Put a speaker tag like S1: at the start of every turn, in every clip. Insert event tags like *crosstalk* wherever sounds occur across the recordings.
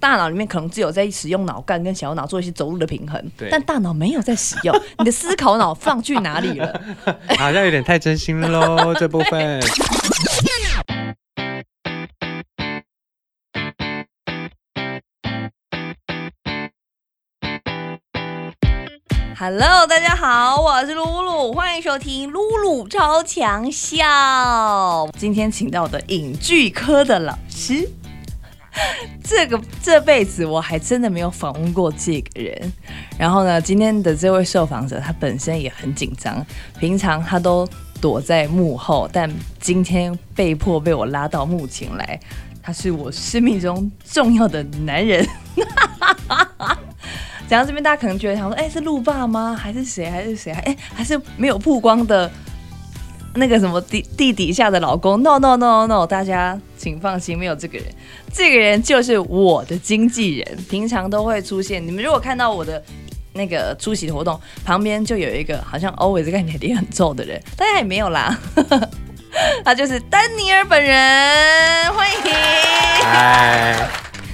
S1: 大脑里面可能只有在使用脑干跟小脑做一些走路的平衡
S2: 对，
S1: 但大脑没有在使用，你的思考脑放去哪里了？
S2: 好像有点太真
S1: *laughs*
S2: 心喽，这部分。
S1: Hello，大家好，我是露露，欢迎收听露露超强笑。今天请到的影剧科的老师， *laughs* 这个这辈子我还真的没有访问过这个人。然后呢，今天的这位受访者他本身也很紧张，平常他都躲在幕后，但今天被迫被我拉到幕前来。他是我生命中重要的男人。讲到这边，大家可能觉得想说，哎、是路霸吗？还是谁？还是谁？哎、还是没有曝光的那个什么地地底下的老公？No No No No，no，大家请放心，没有这个人。这个人就是我的经纪人，平常都会出现。你们如果看到我的。那个出席活动旁边就有一个好像 always 看起来脸很皱的人，大家也没有啦， *laughs* 他就是丹尼尔本人，欢迎。
S2: 哎，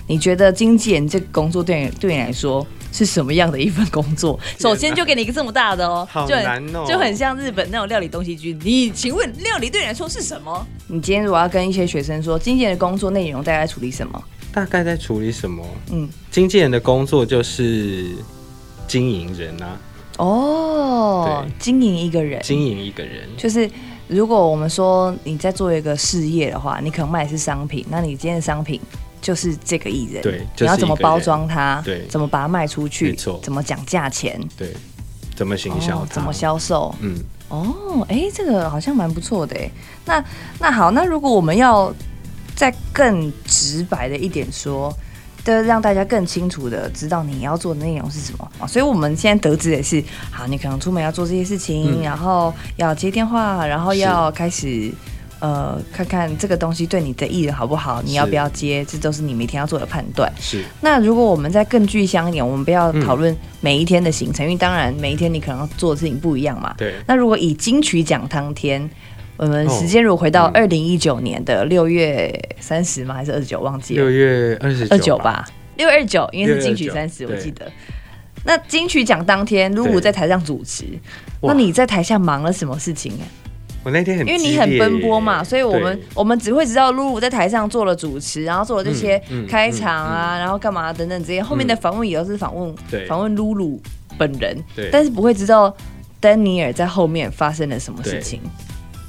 S1: 你觉得经纪人这个工作对你对你来说是什么样的一份工作？首先就给你一个这么大的哦，
S2: 好
S1: 就很
S2: 难哦
S1: 就很像日本那种料理东西君。你请问料理对你来说是什么？你今天如果要跟一些学生说经纪人的工作内容大概处理什么？
S2: 大概在处理什么？
S1: 嗯，
S2: 经纪人的工作就是经营人啊，
S1: 哦，
S2: 对
S1: 经营一个人，
S2: 经营一个人。
S1: 就是如果我们说你在做一个事业的话，你可能卖的是商品，那你今天的商品就是这个艺人，
S2: 对就是
S1: 你要怎么
S2: 一个人
S1: 包装它，
S2: 对
S1: 怎么把它卖出去
S2: 没错，
S1: 怎么讲价钱，
S2: 对，怎么行销、
S1: 哦怎么？销售，
S2: 嗯，
S1: 哦，哎，这个好像蛮不错的哎。那那好，那如果我们要再更直白的一点说，的让大家更清楚的知道你要做的内容是什么啊所以我们现在得知的是，好，你可能出门要做这些事情，
S2: 嗯
S1: 然后要接电话，然后
S2: 是
S1: 要开始。呃，看看这个东西对你的艺人好不好，你要
S2: 是
S1: 不要接，这都是你每天要做的判断。
S2: 是
S1: 那如果我们再更具象一点，我们不要
S2: 嗯
S1: 讨论每一天的行程，因为当然每一天你可能要做的事情不一样嘛。
S2: 对，
S1: 那如果以金曲奖当天，我们
S2: 哦
S1: 时间如果回到二
S2: 嗯
S1: 零一九年的六月三十吗？还是二十九？忘记
S2: 六
S1: 了，
S2: 月二十
S1: 二九，吧，六二九，因为是
S2: 629
S1: 金曲三十，我
S2: 对
S1: 记得。那金曲奖当天，露露
S2: 对
S1: 在台上主持，
S2: 哇
S1: 那你在台下忙了什么事情啊？
S2: 我那天很
S1: 因为
S2: 激
S1: 你
S2: 烈
S1: 很奔波
S2: 耶
S1: 嘛，所以我们
S2: 对
S1: 我们只会知道露露在台上做了主持，然后做了这些
S2: 嗯嗯嗯
S1: 开场啊，然后干嘛等等这些，后面的访问也都是访问
S2: 对
S1: 访问露露本人，
S2: 对
S1: 但是不会知道丹尼尔在后面发生了什么事情。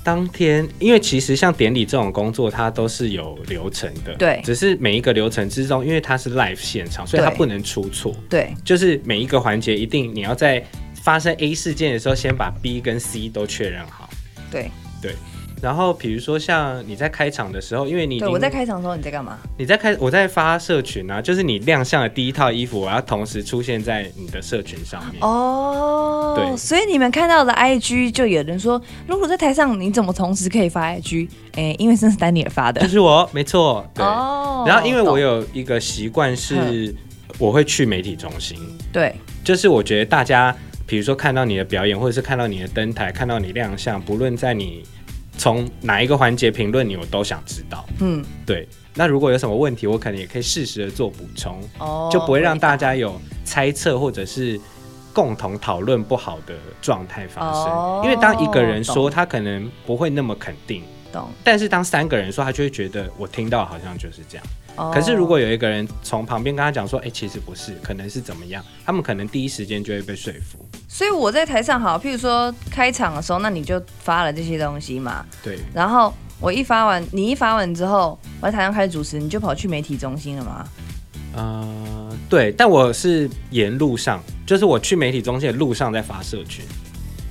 S2: 当天，因为其实像典礼这种工作，它都是有流程的，
S1: 对
S2: 只是每一个流程之中，因为它是 live 现场，所以它
S1: 对
S2: 不能出错，
S1: 对
S2: 就是每一个环节一定你要在发生 A 事件的时候，先把 B 跟 C 都确认好。
S1: 对
S2: 然后比如说像你在开场的时候，因为你已
S1: 对，
S2: 经
S1: 我在开场的时候你在干嘛？
S2: 你在开我在发社群啊，就是你亮相的第一套衣服，我要同时出现在你的社群上面。
S1: 哦
S2: 对，
S1: 所以你们看到的 IG 就有人说，露露在台上你怎么同时可以发 IG？哎、因为这是丹尼尔发的
S2: 就。是我，没错，对。
S1: 哦嗯
S2: 然后因为我
S1: 有
S2: 有一个习惯是，我会去媒体中心，
S1: 对
S2: 就是我觉得大家，比如说看到你的表演，或者是看到你的登台，看到你亮相，不论在你从哪一个环节评论你，我都想知道。
S1: 嗯
S2: 对，那如果有什么问题，我可能也可以适时的做补充，
S1: 哦，
S2: 就不会让大家有猜测或者是共同讨论不好的状态发生。
S1: 哦
S2: 因为当一个人说
S1: 懂
S2: 他可能不会那么肯定，
S1: 懂。
S2: 但是当三个人说，他就会觉得我听到好像就是这样。
S1: 哦
S2: 可是如果有一个人从旁边跟他讲说，哎、其实不是，可能是怎么样，他们可能第一时间就会被说服。
S1: 所以我在台上好，譬如说开场的时候，那你就发了这些东西嘛，
S2: 对，
S1: 然后我一发完，你一发完之后，我在台上开始主持，你就跑去媒体中心了吗？
S2: 呃，对，但我是沿路上，就是我去媒体中心的路上在发社群。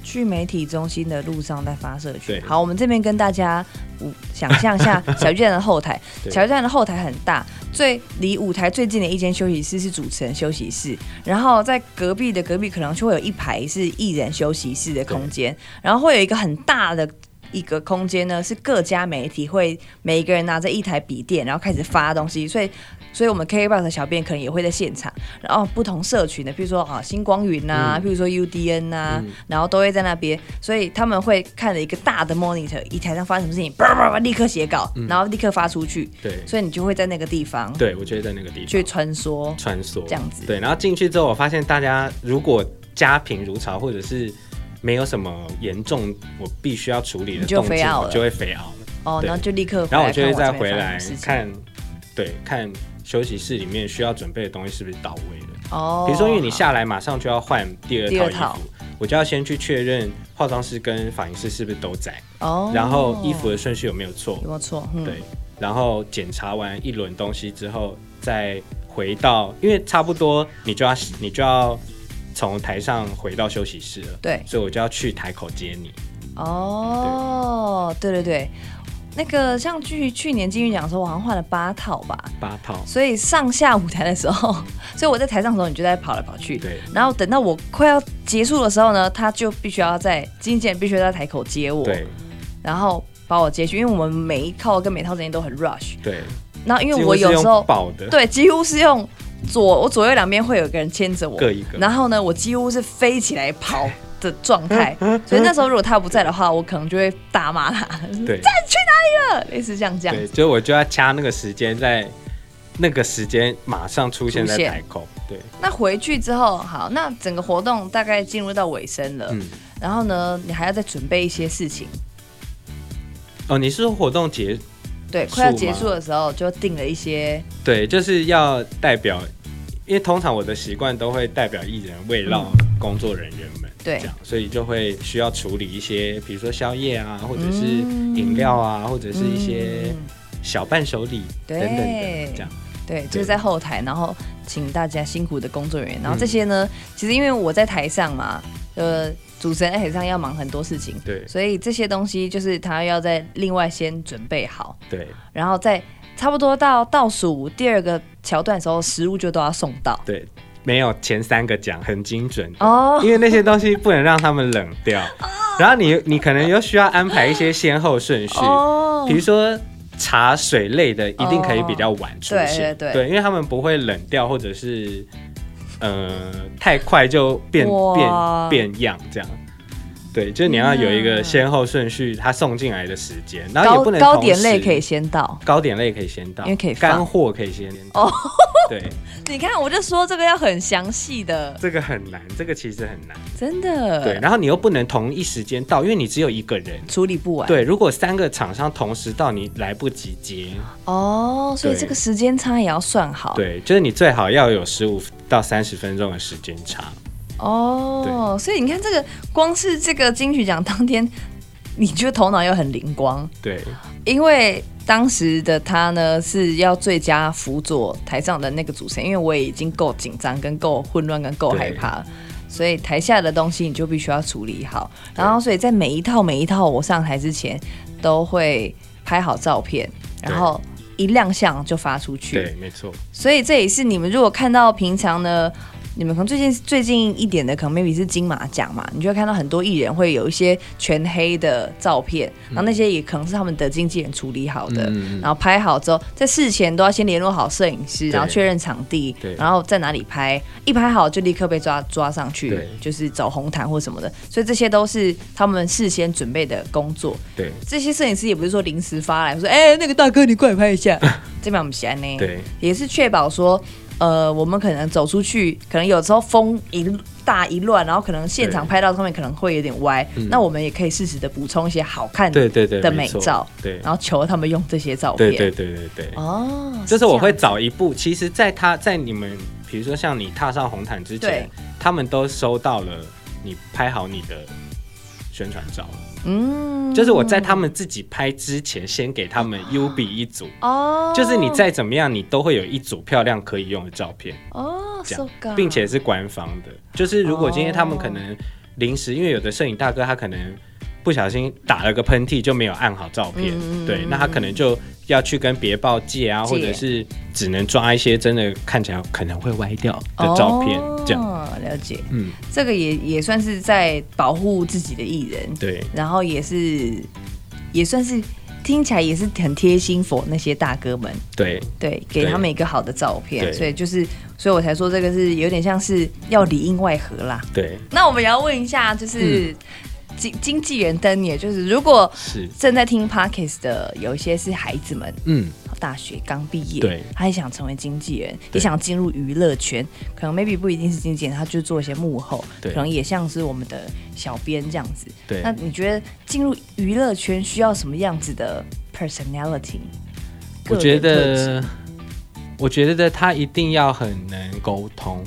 S1: 去媒体中心的路上在发社区
S2: 对。
S1: 好，我们这边跟大家嗯想象一
S2: *laughs*
S1: 下小巨蛋的后台。
S2: 对
S1: 小巨蛋的后台很大，最离舞台最近的一间休息室是主持人休息室，然后在隔壁的隔壁可能就会有一排是艺人休息室的空间，然后会有一个很大的。一个空间呢，是各家媒体会每一个人拿着一台笔电，然后开始发东西，所以所以我们 KBox 的小编可能也会在现场，然后不同社群的，譬如说啊星光云呐、
S2: 嗯
S1: 譬如说 UDN 呐、啊然后都会在那边，所以他们会看了一个大的 monitor，一台上发生什么事情，叭叭叭立刻写稿，然后立刻发出去，
S2: 对
S1: 所以你就会在那个地方
S2: 嗯对，我觉得在那个地方
S1: 去穿梭，
S2: 穿梭
S1: 这样子
S2: 对，然后进去之后，我发现大家如果家贫如潮，或者是没有什么严重我必须要处理的
S1: 你就
S2: 动
S1: 飞
S2: 静，
S1: out
S2: 我
S1: 了
S2: 就会肥熬了。
S1: 哦，
S2: 对
S1: 然后就立刻回来
S2: 然后我就会
S1: 看
S2: 再
S1: 上面
S2: 回
S1: 发生
S2: 来
S1: 的事情
S2: 看，对，看休息室里面需要准备的东西是不是到位了。
S1: 哦，
S2: 比如说，因为你
S1: 好
S2: 下来马上就要换第
S1: 第
S2: 二
S1: 二
S2: 套
S1: 套
S2: 衣服，我就要先去确认化妆师跟发型师是不是都在，
S1: 哦，
S2: 然后衣服的顺序有没有错
S1: 有，没有错？嗯，
S2: 对，然后检查完一轮东西之后，再回到，因为差不多你就要你就要从台上回到休息室了，
S1: 对，
S2: 所以我就要去台口接你。
S1: 哦，对对对，那个像去去年金曲奖的时候，我好像换了八套吧，
S2: 八套，
S1: 所以上下舞台的时候， *laughs* 所以我在台上的时候，你就在跑来跑去。
S2: 对
S1: 然后等到我快要结束的时候呢，他就必须要在经纪人必须要在台口接我，
S2: 对
S1: 然后把我接去，因为我们每一套跟每套之间都很 rush。
S2: 对，
S1: 然后因
S2: 几
S1: 为
S2: 乎
S1: 我
S2: 是
S1: 有
S2: 用
S1: 时候
S2: 爆的，
S1: 对几乎是用左我左右两边会有个人牵着我，
S2: 各一个
S1: 然后呢，我几乎是飞起来跑的状
S2: *laughs*
S1: 态，所以那时候如果他不在的话，我可能就会大骂他， *laughs*
S2: 对
S1: 类似像这样
S2: 对，所以我就要掐那个时间，在那个时间马上出现在
S1: 出现
S2: 台口。对，
S1: 那回去之后，好，那整个活动大概进入到尾声了，
S2: 嗯，
S1: 然后呢，你还要再准备一些事情，
S2: 哦，你是说活动结
S1: 对，
S2: 是
S1: 快要
S2: 吗
S1: 结束的时候就定了一些，
S2: 对，就是要代表，因为通常我的习惯都会代表艺人慰劳工作人员们，
S1: 嗯对
S2: 这样，所以就会需要处理一些，比如说宵夜啊，或者是
S1: 嗯
S2: 饮料啊，或者是一些
S1: 嗯
S2: 小伴手礼等
S1: 对
S2: 等的，这样，
S1: 对，就是在后台，然后请大家辛苦的工作人员，然后
S2: 嗯
S1: 这些呢，其实因为我在台上嘛，呃，主持人在台上要忙很多事情，
S2: 对
S1: 所以这些东西就是他要在另外先准备好，
S2: 对
S1: 然后在差不多到倒数第二个桥段的时候，食物就都要送到。
S2: 对。没有前三个讲很精准的
S1: 哦
S2: 因为那些东西不能让他们冷掉。然后你你可能又需要安排一些先后顺序，
S1: 哦
S2: 比如说茶水类的，一定可以比较晚出现，
S1: 哦对对对
S2: 因为他们不会冷掉，或者是呃太快就变
S1: 哇
S2: 变变样这样。对，就是你要有一个
S1: 嗯
S2: 先后顺序，它送进来的时间，然后也
S1: 糕
S2: 不能
S1: 糕嗯
S2: 同
S1: 点类
S2: 时
S1: 可以，先到。
S2: 糕点类可以先到，
S1: 因为可以放
S2: 干货可以先到。
S1: 哦，
S2: 对，
S1: 你看，我就说这个要很详细的，
S2: 这个很难，这个其实很难。
S1: 真的。
S2: 对，，然后你又不能同一时间到，因为你只有一个人。
S1: 处理不完。，
S2: 对，如果三个厂商同时到，你来不及接。
S1: 哦，所以
S2: 对
S1: 这个时间差也要算好。，
S2: 对，就是你最好要有十五到三十分钟的时间差。
S1: 哦，所以你看，这个光是这个金曲奖当天，你就头脑要很灵光，
S2: 对
S1: 因为当时的他呢是要最佳辅佐台上的那个主持人，因为我也已经够紧张、跟够混乱、跟够害怕了。所以台下的东西你就必须要处理好，
S2: 对
S1: 然后所以在每一套每一套我上台之前都会拍好照片，
S2: 对
S1: 然后一亮相就发出去
S2: 对。，没错。
S1: 所以这也是你们如果看到平常呢，你们可能最近最近一点的，可能 maybe 是金马奖嘛，你就会看到很多艺人会有一些全黑的照片，然后那些也可能是他们的经纪人处理好的。
S2: 嗯，
S1: 然后拍好之后，在事前都要先联络好摄影师，然后确认场地
S2: 对，
S1: 然后在哪里拍，一拍好就立刻被抓抓上去
S2: 对，
S1: 就是走红毯或什么的，所以这些都是他们事先准备的工作。
S2: 对
S1: 这些摄影师也不是说临时发来说，哎、那个大哥你过来拍一
S2: *laughs*
S1: 下，这边我们喜安呢，
S2: 对
S1: 也是确保说，呃，我们可能走出去，可能有时候风一大一乱，然后可能现场
S2: 对
S1: 拍到上面可能会有点歪，
S2: 嗯
S1: 那我们也可以适时的补充一些好看
S2: 对对对
S1: 的
S2: 没
S1: 美
S2: 错
S1: 照，
S2: 对
S1: 然后求他们用这些照片。
S2: 对对对对对。
S1: 哦，
S2: 就是我会
S1: 这样
S2: 找一部，其实，在他在你们，比如说像你踏上红毯之前
S1: 对，
S2: 他们都收到了你拍好你的宣传照，
S1: 嗯
S2: 就是我在他们自己拍之前，先给他们 U B 一组，
S1: 哦，
S2: 就是你再怎么样，你都会有一组漂亮可以用的照片。
S1: 哦
S2: 这样
S1: so good
S2: 并且是官方的。就是如果今天他们
S1: 哦
S2: 可能临时，因为有的摄影大哥他可能不小心打了个喷嚏就没有按好照片，
S1: 嗯嗯嗯
S2: 对，那他可能就要去跟别报借啊，
S1: 借
S2: 或者是只能抓一些真的看起来可能会歪掉的照片，这样。
S1: 哦、了解，
S2: 嗯，
S1: 这个也也算是在保护自己的艺人，
S2: 对
S1: 然后也是也算是听起来也是很贴心佛那些大哥们，
S2: 对
S1: 对，给
S2: 对
S1: 他们一个好的照片，
S2: 对
S1: 所以就是，所以我才说这个是有点像是要里应外合啦。
S2: 对
S1: 那我们也要问一下，
S2: 嗯
S1: 就是、经经纪人丹尼尔，就是如果
S2: 是，
S1: 正在听 Parkes 的有一些是孩子们，
S2: 嗯，
S1: 大学刚毕业，
S2: 对
S1: 他也想成为经纪人，
S2: 对
S1: 也想进入娱乐圈，可能 maybe 不一定是经纪人，他就做一些幕后，
S2: 对
S1: 可能也像是我们的小编这样子。
S2: 对
S1: 那。你觉得进入娱乐圈需要什么样子的 personality？
S2: 我
S1: 个人
S2: 觉
S1: 特质
S2: 得，我觉得他一定要很能沟通，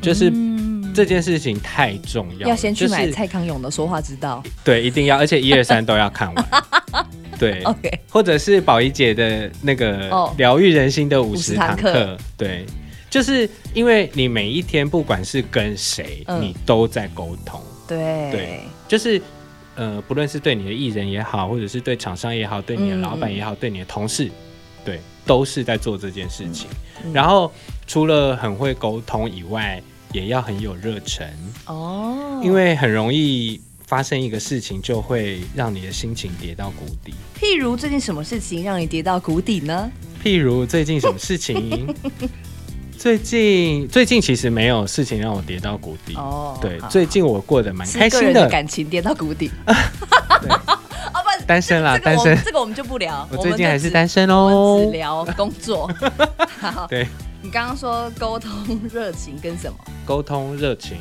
S2: 就是
S1: 嗯
S2: 这件事情太重要了，
S1: 要先去买
S2: 就是
S1: 蔡康永的说话之道。
S2: 对，一定要，而且一二三都要看完。
S1: *laughs*
S2: 对，
S1: OK，
S2: 或者是宝仪姐的那个
S1: 哦
S2: 疗愈人心的五十
S1: 50
S2: 堂
S1: 堂
S2: 课，
S1: 课
S2: 对，就是因为你每一天不管是跟谁，
S1: 嗯
S2: 你都在沟通，
S1: 对
S2: 对就是。呃，不论是对你的艺人也好，或者是对厂商也好，对你的
S1: 嗯
S2: 老板也好，对你的同事，对，都是在做这件事情。
S1: 嗯
S2: 然后除了很会沟通以外，也要很有热忱，
S1: 哦，
S2: 因为很容易发生一个事情，就会让你的心情跌到谷底。
S1: 譬如最近什么事情让你跌到谷底呢？
S2: 譬如最近什么事
S1: *laughs*
S2: 情？最近最近其实没有事情让我跌到谷底。
S1: 哦
S2: 对，
S1: 好
S2: 最近我过得蛮
S1: 是
S2: 开
S1: 个
S2: 心
S1: 人的
S2: 的，
S1: 感情跌到谷底。哦不，
S2: 单身啦，
S1: 这个
S2: 单
S1: 我
S2: 身。
S1: 们。这个我们就不聊
S2: 我
S1: 们
S2: 最近
S1: 就
S2: 还是
S1: 只
S2: 单身
S1: 我们
S2: 哦
S1: 只。聊工作。 *laughs* 好，
S2: 对，
S1: 你刚刚说沟通、热情跟什么？
S2: 沟通热情，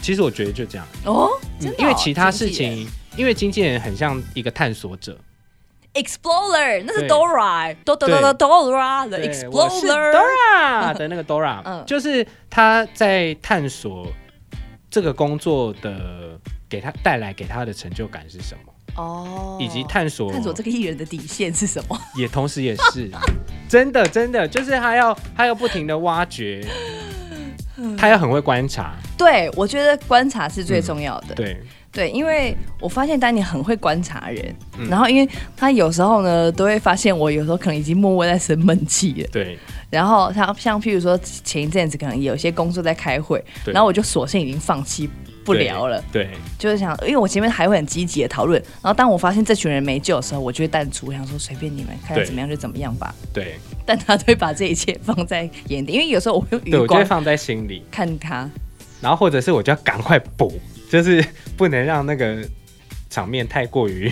S2: 其实我觉得就这样，
S1: 哦，
S2: 嗯
S1: 真的哦
S2: 因为其他事
S1: 经纪人
S2: 情，因为经纪人很像一个探索者。
S1: Explorer 那是
S2: 对
S1: Dora，哆哆哆哆 Dora 的
S2: 对我是
S1: Explorer。
S2: Dora 的
S1: *laughs*
S2: 那个 Dora，
S1: 嗯
S2: 就是他在探索这个工作的给他带来给他的成就感是什么，
S1: 哦
S2: 以及探索
S1: 探索这个艺人的底线是什么？ *laughs*
S2: 也 *laughs* 同时也是真的真的，就是他要他要不停的挖
S1: *laughs*
S2: 掘，他要很会观察，
S1: 对，我觉得观察是
S2: 嗯
S1: 最重要的。
S2: 对
S1: 对，因为我发现丹尼很会观察人，
S2: 嗯
S1: 然后因为他有时候呢都会发现我有时候可能已经默默在生闷气了，
S2: 对
S1: 然后他像譬如说前一阵子可能有些工作在开会，
S2: 对
S1: 然后我就索性已经放弃不聊了，，
S2: 对
S1: 就是想，因为我前面还会很积极的讨论，然后当我发现这群人没救的时候，我就会淡出，我想说随便你们，看
S2: 对
S1: 怎么样就怎么样吧。
S2: 对
S1: 但他都会把这一切放在眼底，因为有时候我用
S2: 对，
S1: 余
S2: 我就会
S1: 光
S2: 放在心里，
S1: 看他，
S2: 然后或者是我就要赶快补，就是不能让那个场面太过于，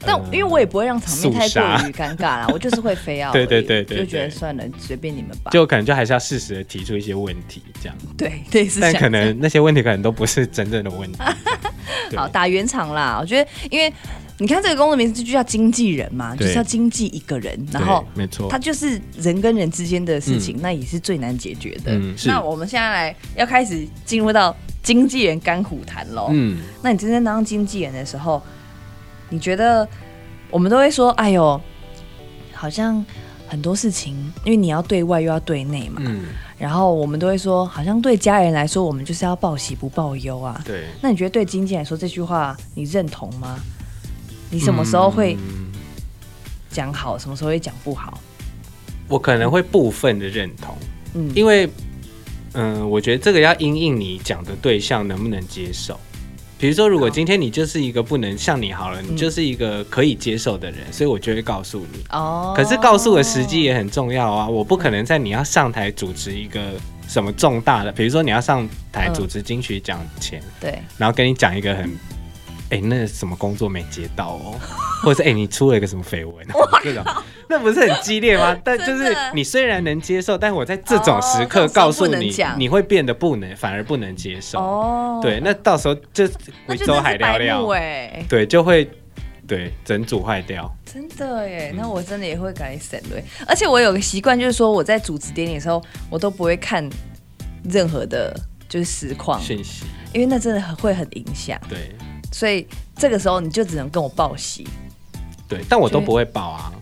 S1: 但
S2: 呃
S1: 因为我也不会让场面太
S2: 肃杀
S1: 过于尴尬
S2: *laughs*
S1: 啦，我就是会非要而已，
S2: 对对对对
S1: 就觉得
S2: 对
S1: 算了，随便你们吧。
S2: 就可能就还是要适时的提出一些问题，这样。
S1: 对，类似
S2: 但
S1: 像
S2: 可
S1: 这样
S2: 能那些问题可能都不是真正的问题。对
S1: 好，打圆场啦。我觉得，因为你看这个工作名字就叫经纪人嘛，
S2: 对
S1: 就是要经纪一个人，然
S2: 对
S1: 后
S2: 没错
S1: 他，就是人跟人之间的事情，那也是最难解决的。
S2: 嗯是
S1: 那我们现在来要开始进入到经纪人干虎谈喽。
S2: 嗯，
S1: 那你真正当经纪人的时候，你觉得我们都会说，哎呦，好像很多事情，因为你要对外又要对内嘛， *laughs*
S2: 嗯，
S1: 然后我们都会说，好像对家人来说，我们就是要报喜不报忧啊。
S2: 对。
S1: 那你觉得对经纪人来说这句话，你认同吗？你什么时候会
S2: 嗯
S1: 讲好，什么时候会讲不好？
S2: 我可能会部分的认同，
S1: 嗯，
S2: 因为，嗯、我觉得这个要因应你讲的对象能不能接受。比如说，如果今天你就是一个不能像你好了，
S1: 嗯
S2: 你就是一个可以接受的人，所以我就会告诉你。
S1: 哦，
S2: 可是告诉的时机也很重要啊，我不可能在你要上台主持一个什么重大的，比如说你要上台
S1: 嗯
S2: 主持金曲奖前，
S1: 对，
S2: 然后跟你讲一个很，哎、那什么工作没接到
S1: *laughs*
S2: 哦，或者是哎、你出了一个什么绯闻哦，这种，那不是很激烈
S1: *laughs*
S2: 吗？但就
S1: 真的
S2: 是你虽然能接受，但我在这种时刻
S1: 哦这种时候
S2: 告诉
S1: 不
S2: 你
S1: 能，讲
S2: 你会变得不能，反而不能接受。
S1: 哦，
S2: 对，，那到时候就
S1: 那就
S2: 都
S1: 真
S2: 海
S1: 是
S2: 聊
S1: 白
S2: 聊
S1: 目，哎，
S2: 对，就会对整组坏掉。
S1: 真的
S2: 嗯
S1: 耶，那我真的也会改省略。而且我有个习惯，就是说我在主持典礼的时候，我都不会看任何的，就是实况，
S2: 讯息，
S1: 因为那真的很会很影响。
S2: 对
S1: 所以这个时候你就只能跟我报喜。
S2: 对，但我都
S1: 所以
S2: 不会报啊，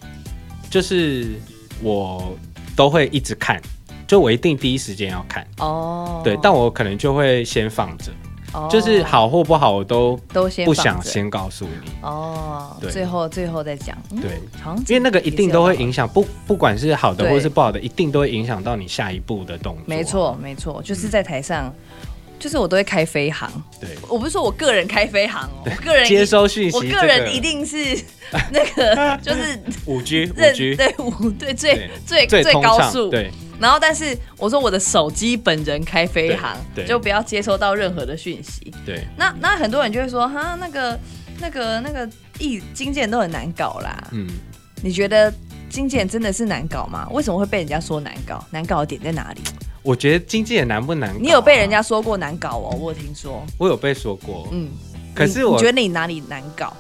S2: 就是我都会一直看，就我一定第一时间要看。
S1: 哦，
S2: 对，但我可能就会先放着，
S1: 哦
S2: 就是好或不好我都
S1: 都先
S2: 不
S1: 放着
S2: 想先告诉你，
S1: 哦，
S2: 对
S1: 最后最后再讲。嗯
S2: 对，
S1: 好像
S2: 因为那个一定都会影响，不不管是好的
S1: 对
S2: 或是不好的，一定都会影响到你下一步的动作。嗯
S1: 没，错，没错，就是在台上，就是我都会开飞航。
S2: 对，
S1: 我不是说我个人开飞航哦，我个人
S2: 接收讯息，
S1: 我个人
S2: *laughs*
S1: 一定是那个就是
S2: 五 G 五
S1: 认
S2: G
S1: 对五对最最
S2: 最通
S1: 高
S2: 畅
S1: 速。
S2: 对
S1: 然后，但是我说我的手机本人开飞航
S2: 对，对
S1: 就不要接收到任何的讯息。
S2: 对
S1: 那那很多人就会说，哈，那个那个那个艺经纪人都很难搞啦。
S2: 嗯。
S1: 你觉得经纪人真的是难搞吗？为什么会被人家说难搞？难搞的点在哪里？
S2: 我觉得经纪也难不啊难、
S1: 你有被人？家说过难搞哦？我有听说，
S2: 我有被说过，
S1: 嗯。
S2: 可是
S1: 你
S2: 我
S1: 你觉得你哪里难搞？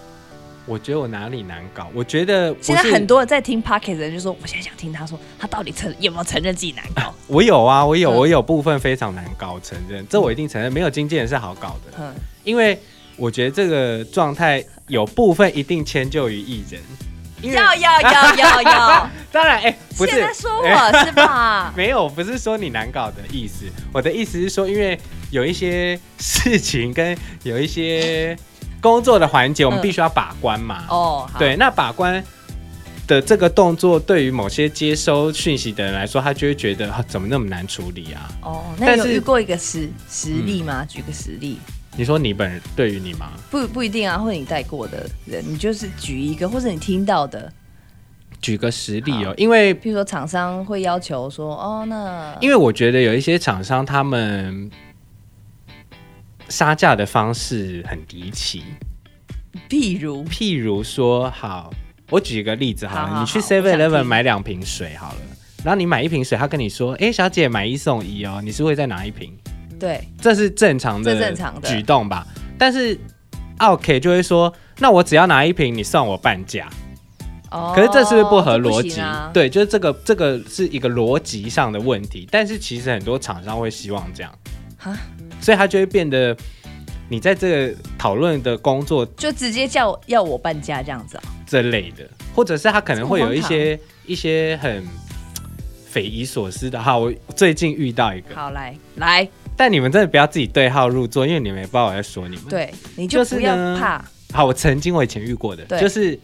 S2: 我觉得我哪里难搞？我觉得不
S1: 现在
S2: 是
S1: 很多人在听 p o c k e t 的人就说，我现在想听他说，他到底承有没有承认自己难
S2: *laughs*
S1: 搞？
S2: 我有啊，我有，
S1: 嗯
S2: 我有部分非常难搞，我承认，这我一定承认，没有经纪人是好搞的，
S1: 嗯，
S2: 因为我觉得这个状态有部分一定迁就于艺人，因为
S1: 要要要
S2: *laughs*
S1: 要要，
S2: 当然，哎、不
S1: 现
S2: 是
S1: 在说
S2: 哎
S1: 我是吧？
S2: 没有，不是说你难搞的意思，我的意思是说，因为有一些事情跟有一些工作的环节，我们
S1: 嗯
S2: 必须要把关嘛，
S1: 哦，好，
S2: *laughs* 对，那把关的这个动作，对于某些接收讯息的人来说，他就会觉得、啊怎么那么难处理啊？
S1: 哦，那
S2: 但
S1: 你有
S2: 是嗯
S1: 遇过一个实实例吗？举个实例，
S2: 你说你本人对于你吗？
S1: 不不一定啊，或者你带过的人，你就是举一个，或者你听到的，
S2: 举个实例哦，因为
S1: 譬如说厂商会要求说，哦，那
S2: 因为我觉得有一些厂商他们杀价的方式很离奇，
S1: 譬如
S2: 譬如说，好，我举一个例子好了，
S1: 好好
S2: 你去
S1: 好我想
S2: Seven Eleven
S1: 听
S2: 买两瓶水好了，然后你买一瓶水，他跟你说，哎、小姐买一送一哦，你是会再拿一瓶？
S1: 对，
S2: 这是正常的
S1: 这正常的
S2: 举动吧？但是 OK 就会说，那我只要拿一瓶，你算我半价。
S1: 哦，
S2: 可是这是不是不合
S1: 这
S2: 逻
S1: 不
S2: 辑？
S1: 行啊、
S2: 对，就是这个这个是一个逻辑上的问题。但是其实很多厂商会希望这样
S1: 哈，
S2: 所以他就会变得你在这个讨论的工作
S1: 就直接叫要我半价这样子啊、
S2: 这类的，或者是他可能会有一
S1: 这
S2: 些一些很。匪夷所思的哈，我最近遇到一个，
S1: 好，来来，
S2: 但你们真的不要自己对号入座，因为你们也不知道我在说你们。
S1: 对，你就
S2: 就是
S1: 不要
S2: 呢
S1: 怕，
S2: 好，我曾经我以前遇过的，
S1: 对
S2: 就是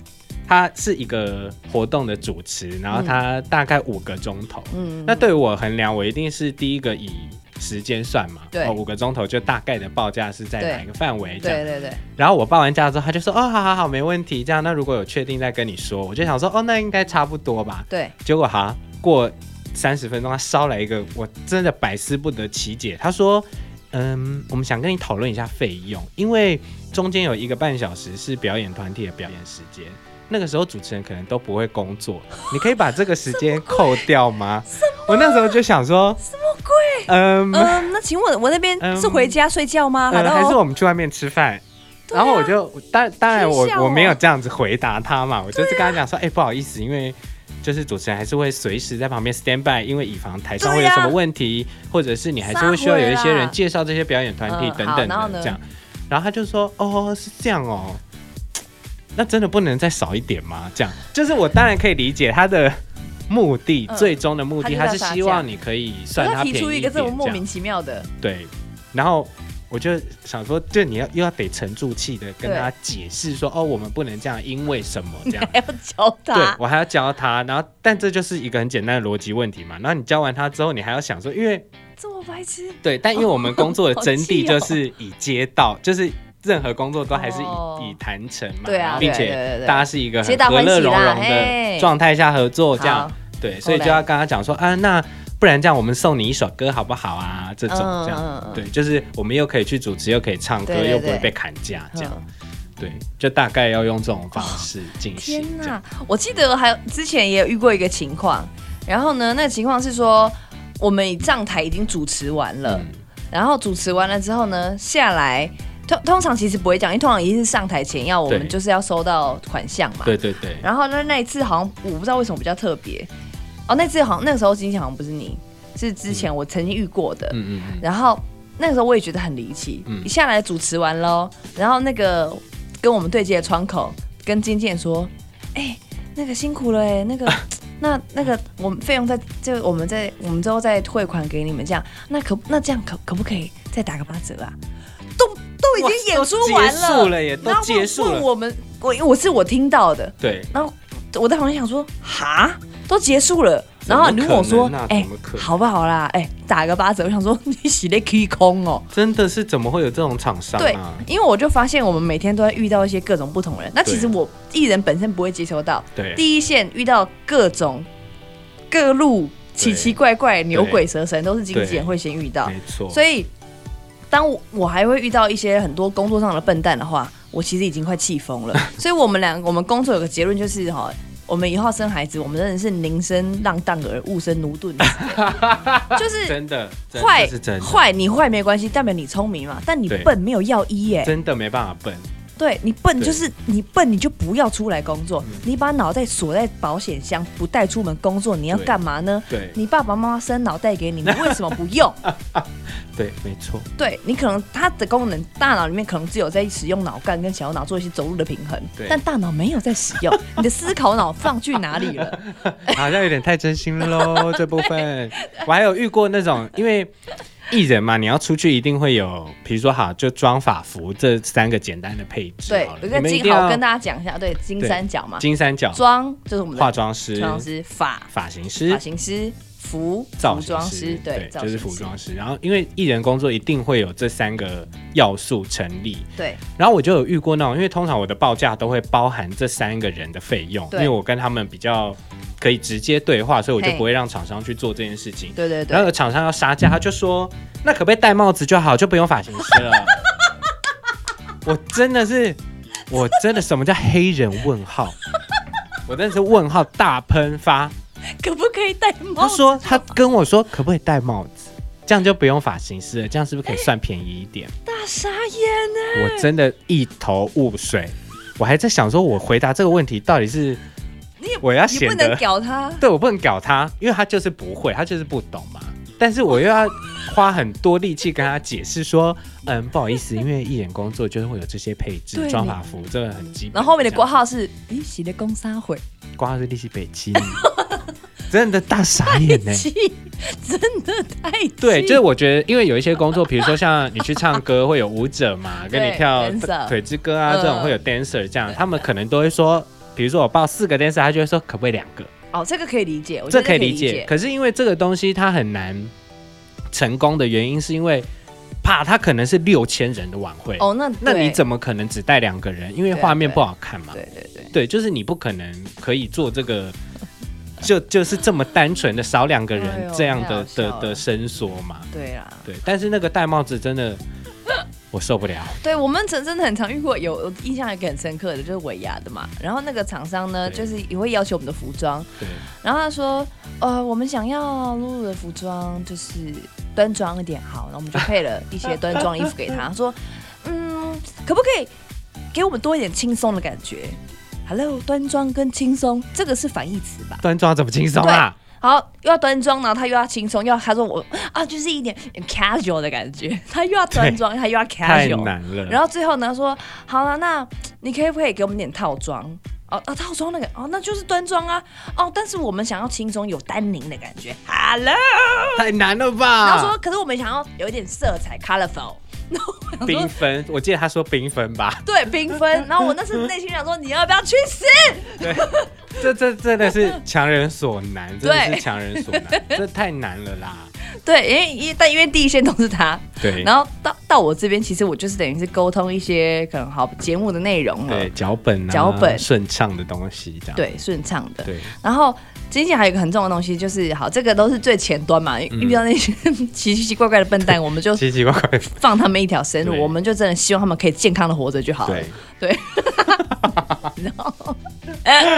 S2: *clears throat* 他是一个活动的主持，然后他大概五个钟头。
S1: 嗯，
S2: 那对我衡量，我一定是第一个以时间算嘛，
S1: 对
S2: 哦五个钟头就大概的报价是在
S1: 对
S2: 哪一个范围这样。
S1: 嗯对对对，
S2: 然后我报完价之后，他就说哦，好好好，没问题。这样，那如果有确定再跟你说，我就想说哦，那应该差不多吧。
S1: 对，
S2: 结果哈，过三十分钟，他捎来一个我真的百思不得其解。他说：“嗯，我们想跟你讨论一下费用，因为中间有一个半小时是表演团体的表演时间，那个时候主持人可能都不会工作，你可以把这个时间扣掉吗？”我那时候就想说， *laughs* 什么鬼？嗯，
S1: 嗯、那请问我那边
S2: 嗯
S1: 是回家睡觉吗？
S2: 呃
S1: Hello？
S2: 还是我们去外面吃饭。
S1: 对啊
S2: 然后我就当当然我
S1: 真笑哦啊
S2: 我没有这样子回答他嘛，我就是跟他讲说，哎、不好意思，因为就是主持人还是会随时在旁边 stand by，因为以防台上会
S1: 对啊呀
S2: 有什么问题，或者是你还是会需要有一些
S1: 撒回
S2: 人
S1: 啦
S2: 介绍这些表演团体
S1: 嗯
S2: 等
S1: 好
S2: 等
S1: 然后
S2: 的
S1: 呢
S2: 这样。然后他就说，哦，是这样哦。那真的不能再少一点吗？这样就是我当然可以理解他的目的，
S1: 嗯
S2: 最终的目的
S1: 他
S2: 他
S1: 就是要杀
S2: 希
S1: 价
S2: 望你可以算
S1: 可是他
S2: 他便宜
S1: 提出一个这
S2: 点
S1: 么莫
S2: 样
S1: 名其妙的， *laughs*
S2: 对，然后我就想说，就你要又要得沉住气的跟他解释说，哦，我们不能这样，因为什么这 *laughs* 样
S1: 还。要教
S2: 对
S1: 他，
S2: 我还要教他，然后但这就是一个很简单的逻辑问题嘛。然后你教完他之后，你还要想说，因为
S1: 这么白痴，
S2: 对，但因为我们工作的真谛
S1: 好气哦
S2: 就是以街道， *laughs* 就是任何工作都还是以、
S1: 哦
S2: 以谈成嘛，
S1: 对啊，
S2: 并
S1: 对
S2: 且
S1: 对对对
S2: 大家是一个
S1: 皆
S2: 很
S1: 大
S2: 和
S1: 欢喜
S2: 乐融
S1: 啦
S2: 融的
S1: 嘿
S2: 状态下合哦作这样
S1: 好。
S2: 对，所以
S1: 后
S2: 就
S1: 来
S2: 要跟他讲说啊，那不然这样，我们送你一首歌好不好啊？这种
S1: 嗯嗯
S2: 这样
S1: 嗯，
S2: 对，就是我们又可以去主持，又可以唱歌，
S1: 对对
S2: 又不会
S1: 对
S2: 被砍价，这样
S1: 嗯
S2: 对，就大概要用这种方式进行
S1: 天。
S2: 这样
S1: 呐，我记得还有之前也有遇过一个情况，然后呢，那个情况是说我们上台已经主持完了，
S2: 嗯
S1: 然后主持完了之后呢，下来通通常其实不会讲，因为通常一定是上台前要我们
S2: 对
S1: 就是要收到款项嘛。
S2: 对对对，
S1: 然后呢，那一次好像我不知道为什么比较特别，哦，那次好像那个时候经纪好像不是你，是之前我曾经遇过的，
S2: 嗯嗯嗯，
S1: 然后那个时候我也觉得很离奇，
S2: 嗯
S1: 一下来主持完喽，然后那个跟我们对接的窗口跟经纪人说：“哎、那个辛苦了哎、那个 *coughs* 那那个我们费用再就我们再我们之后再退款给你们这样，那可那这样可可不可以再打个八折啊？”都都已经演出完
S2: 哇都结束
S1: 了，
S2: 了耶，都
S1: 然后
S2: 结束
S1: 问
S2: 了。
S1: 我们，我我是我听到的，
S2: 对，
S1: 然后我在旁边想说，哈，都结束了，
S2: 怎
S1: 然
S2: 么
S1: 后你问我说
S2: 可能啊：“
S1: 哎、
S2: 怎么可能
S1: 好不好啦？哎、打个八折。”我想说 *laughs* 你洗的 K 空哦。
S2: 真的是怎么会有这种厂商
S1: 对
S2: 啊？，
S1: 因为我就发现我们每天都在遇到一些各种不同人。那其实
S2: 对啊
S1: 我艺人本身不会接收到
S2: 对
S1: 第一线遇到各种各路奇奇怪怪牛鬼蛇神，都是经纪人会先遇到。
S2: 没错，
S1: 所以，当我我还会遇到一些很多工作上的笨蛋的话，我其实已经快气疯
S2: *laughs*
S1: 了。所以我们两个，我们工作有个结论就是哈。我们以后生孩子，我们真的是宁生浪荡儿，勿生奴
S2: *laughs*
S1: 钝子，就是
S2: 真的真的
S1: 坏
S2: 这是真的，
S1: 坏你坏没关系，代表你聪明嘛。但你
S2: 对
S1: 笨没有药医耶，
S2: 真的没办法笨，
S1: 对你笨
S2: 对嗯
S1: 就是你笨，你就不要出来工作，你把脑袋锁在保险箱，不带出门工作，你要
S2: 对
S1: 干嘛呢？
S2: 对
S1: 你爸爸妈妈生脑袋给你，你为什么不用？
S2: 对，没错，
S1: 对你可能它的功能，大脑里面可能只有在使用脑干跟小脑做一些走路的平衡
S2: 对，
S1: 但大脑没有在使用，你的思考脑放去哪里
S2: *laughs*
S1: 了？
S2: 好像有点太真心
S1: *laughs*
S2: 喽这部分。我还有遇过那种，因为艺人嘛，你要出去一定会有，比如说好就妆法服这三个简单的配置
S1: 对
S2: 好了，
S1: 我
S2: 啊你
S1: 跟
S2: 们一
S1: 金
S2: 定
S1: 好
S2: 要
S1: 我跟大家讲一下，对金
S2: 对
S1: 三角嘛，
S2: 金三角、
S1: 妆就是我们的
S2: 化妆师、
S1: 妆师、发
S2: 发型
S1: 发
S2: 师。
S1: 型师、服
S2: 造
S1: 服
S2: 型
S1: 装
S2: 师
S1: 师，对，造
S2: 就是
S1: 型
S2: 服
S1: 师
S2: 装师。然后，因为艺人工作一定会有这三个要素成立，
S1: 对
S2: 然后我就有遇过那种，因为通常我的报价都会包含这三个人的费用，因
S1: 对
S2: 为我跟他们比较可以直接对话，所以我就
S1: 嘿
S2: 不会让厂商去做这件事情。
S1: 对对
S2: 然
S1: 对，
S2: 后有厂商要杀价，他就说：“那可不可以戴帽子就好，就不用发型师了？” *laughs* 我真的是，我真的什么叫黑人问号？我真的是问号大喷发。
S1: 可不可以戴帽
S2: 他
S1: 子？
S2: 说他跟我说可不可以戴帽子，这样就不用发型师了，这样是不是可以算便宜一点？
S1: 大傻眼啊呢、
S2: 我真的一头雾水，我还在想说，我回答这个问题到底是
S1: 你也
S2: 我要
S1: 你不
S2: 显
S1: 能
S2: 得
S1: 屌他，
S2: 对我不能搞他，因为他就是不会，他就是不懂嘛。但是我又要花很多力气跟他解释说，嗯，不好意思，因为艺人工作就是会有这些配
S1: 对
S2: 置，
S1: 你
S2: 妆发服这个很基本。
S1: 然后后面的挂
S2: 这样
S1: 号是，咦，洗的公三回，
S2: 挂号是利息北七，真的大
S1: *laughs*
S2: 傻眼欸呢、
S1: 气，真的太气
S2: 哎对，就是我觉得，因为有一些工作，比如说像你去唱歌会有舞者
S1: *laughs*
S2: 嘛，跟你
S1: 对
S2: 跳
S1: dancer
S2: 腿之歌啊
S1: 嗯
S2: 这种会有 dancer 这样，他们可能都会说，比如说我报四个 dancer，他就会说可不可以两个，
S1: 哦，这个可以理解，我觉
S2: 这
S1: 得
S2: 可以理
S1: 理
S2: 解。。可是因为这个东西它很难成功的原因，是因为怕它可能是六千人的晚会，
S1: 哦，那
S2: 那你
S1: 么？
S2: 怎么可能只带两个人？因为
S1: 对
S2: 画面
S1: 对
S2: 不好看嘛。
S1: 对对对，
S2: 对，就是你不可能可以做这个，就就是这么单纯的少两个
S1: 哎
S2: 人
S1: 呦
S2: 这样
S1: 太
S2: 的
S1: 好笑
S2: 的的
S1: 了
S2: 伸缩嘛。
S1: 对啦，
S2: 对，但是那个戴帽子真
S1: *laughs*
S2: 的我受不了。
S1: 对我们曾真的很常遇过，有我印象一个很深刻的，就是尾牙的嘛。然后那个厂商呢，
S2: 对
S1: 就是也会要求我们的服装，
S2: 对，
S1: 然后他说，呃，我们想要露露的服装就是端庄一点，好，然后我们就配了一些端庄的衣服给
S2: *laughs*
S1: 他，说，嗯，可不可以给我们多一点轻松的感觉？Hello，端庄跟轻松，这个是反义词吧？
S2: 端庄怎么轻松啊？
S1: 好，又要端庄，然后他又要轻松，又要他说我啊，就是一点 casual 的感觉， *laughs* 他又要端庄，他又要
S2: 太
S1: casual，
S2: 难了。
S1: 然
S2: 后
S1: 后最后呢说好了，那你可以不可以给我们点套装？哦啊，套装那个哦，那就是端庄啊哦，但是我们想要轻松有丹宁的感觉，Hello，
S2: 太难了
S1: 然后说
S2: 吧？
S1: 可是我们想要有一点色彩 colorful，然后我想
S2: 缤
S1: 说
S2: 纷，我记得他说缤纷吧？
S1: 对缤
S2: *laughs*
S1: 纷，然后我那时内心想说你要不要去死？
S2: 这这真的是强人所难，
S1: *laughs*
S2: 真的
S1: 对
S2: 是强人所难，这太难了啦。
S1: 对，因为因但因为第一线都是他，
S2: 对，
S1: 然后到到我这边，其实我就是等于是沟通一些可能好节目的内容了
S2: 对，脚本啊，
S1: 脚本
S2: 顺畅的东西这样。
S1: 对，顺畅的。
S2: 对
S1: 然后经纪人还有一个很重要的东西，就是好，这个都是最前端嘛，
S2: 嗯
S1: 遇到那些奇奇怪怪的笨蛋，我们就
S2: 奇奇怪怪。
S1: 放他们一条生路，
S2: 对
S1: 我们就真的希望他们可以健康的活着就好了
S2: 对。，
S1: 哦 *laughs* 然后，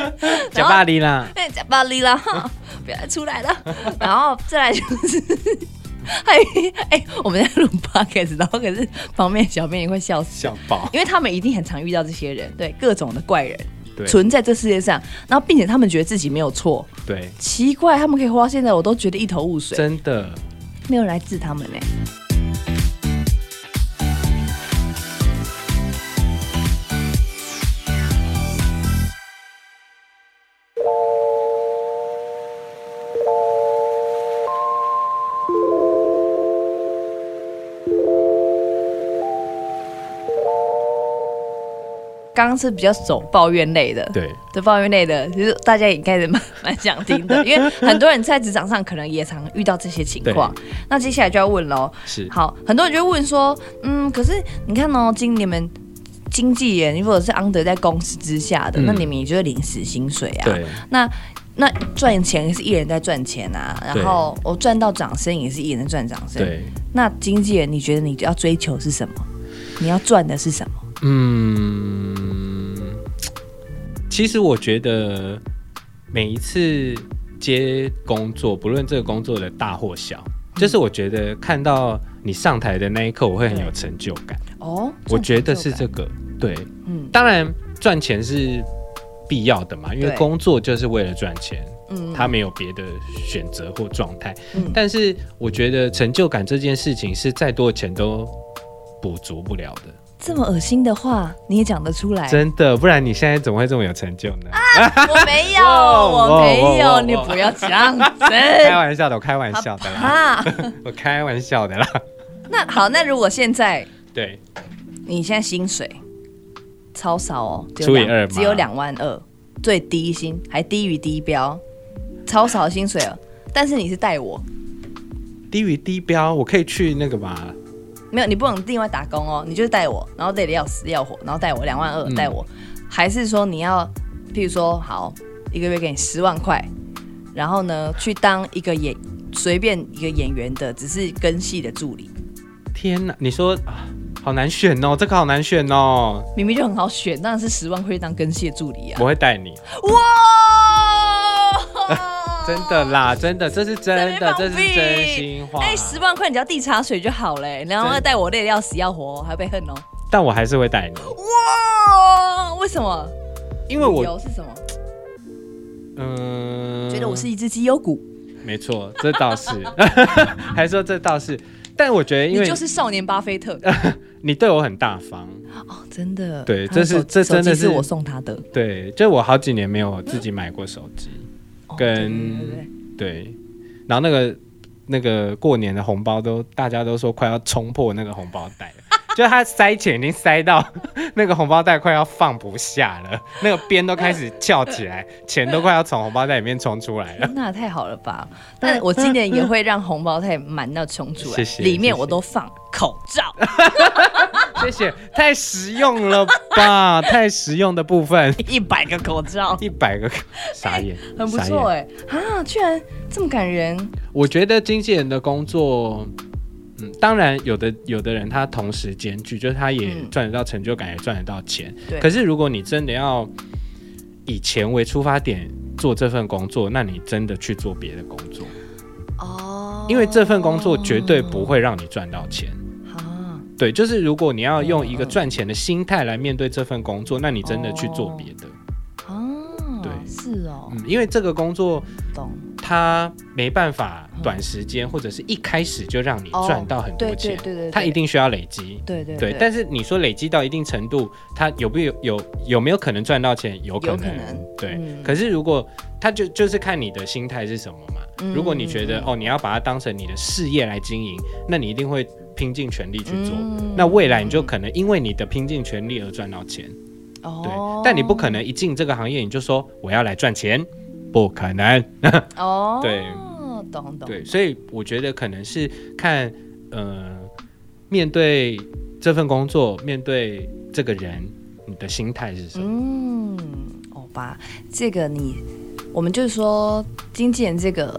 S2: *laughs* 假巴黎啦。
S1: *laughs* 哎，假暴力了，哈不要再出来了。然后再来就是。哎哎，我们在录 podcast，然后可是旁边的小编也会笑死，
S2: 笑爆，
S1: 因为他们一定很常遇到这些人，对各种的怪人
S2: 对
S1: 存在这世界上，然后并且他们觉得自己没有错，
S2: 对，
S1: 奇怪，他们可以活到现在，我都觉得一头雾水。
S2: 真的，
S1: 没有人来治他们呢、刚刚是比较走抱怨类的，
S2: 对，
S1: 对抱怨类的，其实大家也应该是蛮 *laughs* 蛮想听
S2: *laughs*
S1: 的，因为很多人在职场上可能也常遇到这些情况。那接下来就要问喽，
S2: 是
S1: 好，很多人就会问说，嗯，可是你看哦，经你们经纪人如果是 under 在公司之下的，
S2: 嗯
S1: 那你们也就是领死薪水啊。
S2: 对
S1: 那那赚钱是艺人在赚钱啊，
S2: 对
S1: 然后我赚到掌声也是艺人赚掌声。
S2: 对，
S1: 那经纪人，你觉得你要追求是什么？你要赚的是什么？
S2: 嗯，其实我觉得每一次接工作，不论这个工作的大或小，就是我觉得看到你上台的那一刻，我会很有成就感。
S1: 哦，
S2: 我觉得
S1: 赚
S2: 是
S1: 成就
S2: 这个，对，
S1: 感，嗯
S2: 当然赚钱是必要的嘛，因为
S1: 对
S2: 工作就是为了赚钱，
S1: 嗯，
S2: 他没有别的选择或状态。
S1: 嗯
S2: 但是我觉得成就感这件事情是再多的钱都补足不了的，
S1: 这么恶心的话你也讲得出来？
S2: 真的，不然你现在怎么会这么有成就呢？
S1: 啊我没有，
S2: 哇
S1: 我没
S2: 哇哇哇
S1: 有，你不要这样子。
S2: 开玩笑的，我开玩笑的啦，
S1: 啊，
S2: 我开玩
S1: *laughs*
S2: 笑的啦。
S1: 那好，那如果现在
S2: 对，
S1: 你现在薪水超少哦，只有
S2: 除以
S1: 两
S2: 二嘛
S1: 只有两万二，最低薪还低于低标，超少的薪水了。但是你是带我，
S2: 低于低标，我可以去那个吧，
S1: 没有，你不能另外打工哦，你就是带我，然后累得要死要活，然后带我两万二
S2: 嗯
S1: 带我，还是说你要，譬如说好一个月给你十万块，然后呢去当一个演随便一个演员的，只是跟戏的助理，
S2: 天哪，你说啊，好难选哦，这个好难选哦，
S1: 明明就很好选，当然是十万块去当跟戏的助理啊，
S2: 我会带你，，
S1: 哇
S2: *laughs* 真的啦，真的，这是真的，
S1: 哦在
S2: 这
S1: 那边放
S2: 是
S1: 屁
S2: 真心话。
S1: *laughs* 哎，十万块你只要递茶水就好嘞，然后
S2: 真的
S1: 带我累得要死要活，还被恨哦。
S2: 但我还是会带你，
S1: 哇，为什么？
S2: 因为
S1: 理
S2: 我
S1: 由是什么？
S2: 嗯，
S1: 觉得我是一只绩优股，
S2: 没错，这倒是， *laughs* 还说这倒是，但我觉得因
S1: 你
S2: 为
S1: 就是少年巴菲特
S2: 你对我很大方，
S1: 哦，真的。
S2: 啊对
S1: 他的
S2: 这是
S1: 手
S2: 这
S1: 手机
S2: 真的
S1: 是
S2: 是
S1: 我送他的，
S2: 对，就我好几年没有自己买过手机，
S1: 哦
S2: 跟
S1: 对对对对
S2: 对，然后那个那个过年的红包都大家都说快要冲破那个红包袋了。 *laughs* 就他塞钱已经塞到那个红包袋快要放不下了，那个边都开始翘起来，钱都快要从红包袋里面冲出来了。 *laughs*
S1: 那也太好了
S2: 啊
S1: 吧！但我今年也会让红包袋满到冲出来，
S2: 啊谢谢
S1: 里面
S2: 谢谢
S1: 我都放口罩。
S2: 谢谢，太实用了吧？太实用的部分， *laughs*
S1: *laughs* 一百个口罩，
S2: 一百个傻眼，
S1: *laughs* 很不
S2: 傻眼
S1: 错哎、啊，居然这么感人，
S2: 我觉得经纪人的工作，嗯，当然有的有的人他同时兼具，就是他也
S1: 嗯
S2: 赚得到成就感，也赚得到钱。
S1: 对
S2: 可是如果你真的要以钱为出发点做这份工作，那你真的去做别的工作，
S1: 哦
S2: 因为这份工作绝对不会让你赚到钱。
S1: 啊，
S2: 对，就是如果你要用一个
S1: 嗯嗯
S2: 赚钱的心态来面对这份工作，那你真的去做别的。
S1: 哦，
S2: 对
S1: 是哦，
S2: 嗯，因为这个工作
S1: 懂，
S2: 它没办法短时间或者是一开始就让你赚到很
S1: 哦对
S2: 多
S1: 对
S2: 钱，
S1: 对对，
S2: 它一
S1: 对
S2: 定需要累积。
S1: 对对
S2: 对，但是你说累积到一定程度，它有不有有有没有可能赚到钱？有可能，
S1: 有可能
S2: 对。
S1: 嗯
S2: 可是如果它就就是看你的心态是什么嘛。
S1: 嗯
S2: 如果你觉得、哦，你要把它当成你的事业来经营，那你一定会拼尽全力去做。
S1: 嗯
S2: 那未来你就可能因为你的拼尽全力而赚到钱，对。
S1: 哦，
S2: 但你不可能一进这个行业你就说我要来赚钱，不可能。
S1: 哦，
S2: 对
S1: 懂懂，
S2: 对，所以我觉得可能是看呃，面对这份工作，面对这个人，你的心态是什么？
S1: 嗯，好吧，这个你，我们就是说经纪人这个，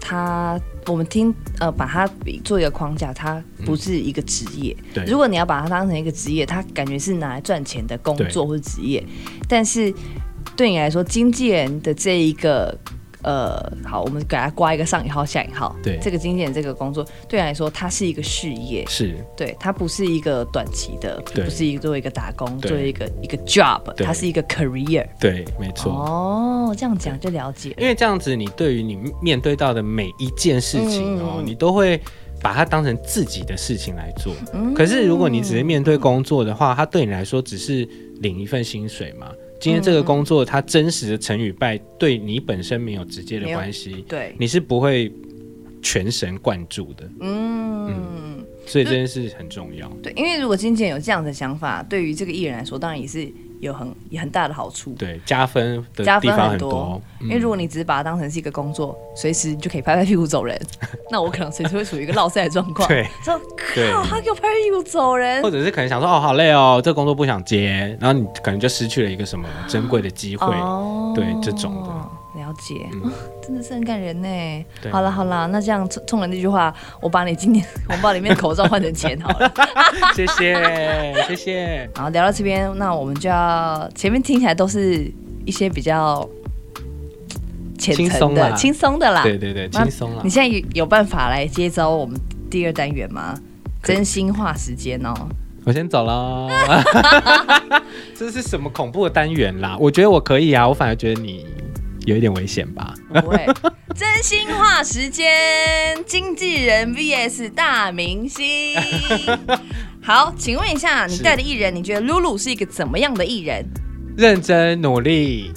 S1: 他我们听呃，把它比做一个框架，它不是一个职业。
S2: 嗯对
S1: 嗯如果你要把它当成一个职业，它感觉是拿来赚钱的工作或者职业，但是对你来说，经纪人的这一个。呃，好，我们给它挂一个上引号、下引号。
S2: 对
S1: 这个经纪人这个工作，对你来说，它是一个事业，
S2: 是
S1: 对，它不是一个短期的，
S2: 对
S1: 不是一个作为一个打工，
S2: 对
S1: 作为一个一个 job，
S2: 对
S1: 它是一个 career。
S2: 对，没错。
S1: 哦，这样讲就了解了。
S2: 因为这样子，你对于你面对到的每一件事情
S1: 嗯
S2: 哦，
S1: 嗯嗯
S2: 你都会把它当成自己的事情来做。
S1: 嗯
S2: 可是如果你只是面对工作的话，它对你来说只是领一份薪水嘛。今天
S1: 嗯
S2: 这个工作，它真实的成与败，对你本身没有直接的
S1: 没有
S2: 关系，
S1: 对，
S2: 你是不会全神贯注的。
S1: 嗯，
S2: 所以这件事很重要。
S1: 对，因为如果经纪人有这样的想法，对于这个艺人来说，当然也是有很也很大的好处。
S2: 对，加分的
S1: 加
S2: 地
S1: 分
S2: 方
S1: 很多
S2: 多，嗯
S1: 因为如果你只是把它当成是一个工作，随时就可以拍拍屁股走
S2: *laughs*
S1: 人，那我可能随时会处于一个落赛的状况。
S2: 对，
S1: 说
S2: 对
S1: 靠，他给我拍屁股走人
S2: 或，者是可能想说哦好累哦，这工作不想接，然后你可能就失去了一个什么珍贵的机会。
S1: 哦
S2: 对这种的。
S1: 了解，
S2: 嗯
S1: *laughs* 真的是很感人呢。
S2: 对
S1: 好啦好啦，那这样冲冲人那句话，我把你今年红包里面的口罩换成钱好
S2: *laughs*
S1: 了。
S2: 谢谢， *laughs* 谢谢。
S1: 好，聊到这边，那我们就要前面听起来都是一些比较浅
S2: 轻
S1: 层
S2: 松
S1: 的、
S2: 啦
S1: 轻松的啦。
S2: 对对对，
S1: 啊那
S2: 轻松了
S1: 你。现在有有办法来接招我们第二单元吗？
S2: 可以
S1: 真心话时间哦，
S2: 我先走
S1: *laughs*
S2: 了。 *laughs* 这是什么恐怖的单元啦？我觉得我可以啊，我反而觉得你有一点危险吧。
S1: 不会。真心话时间，经纪人 VS 大明星。好，请问一下，你
S2: 是
S1: 带的艺人，你觉得露露是一个怎么样的艺人？
S2: 认真努力，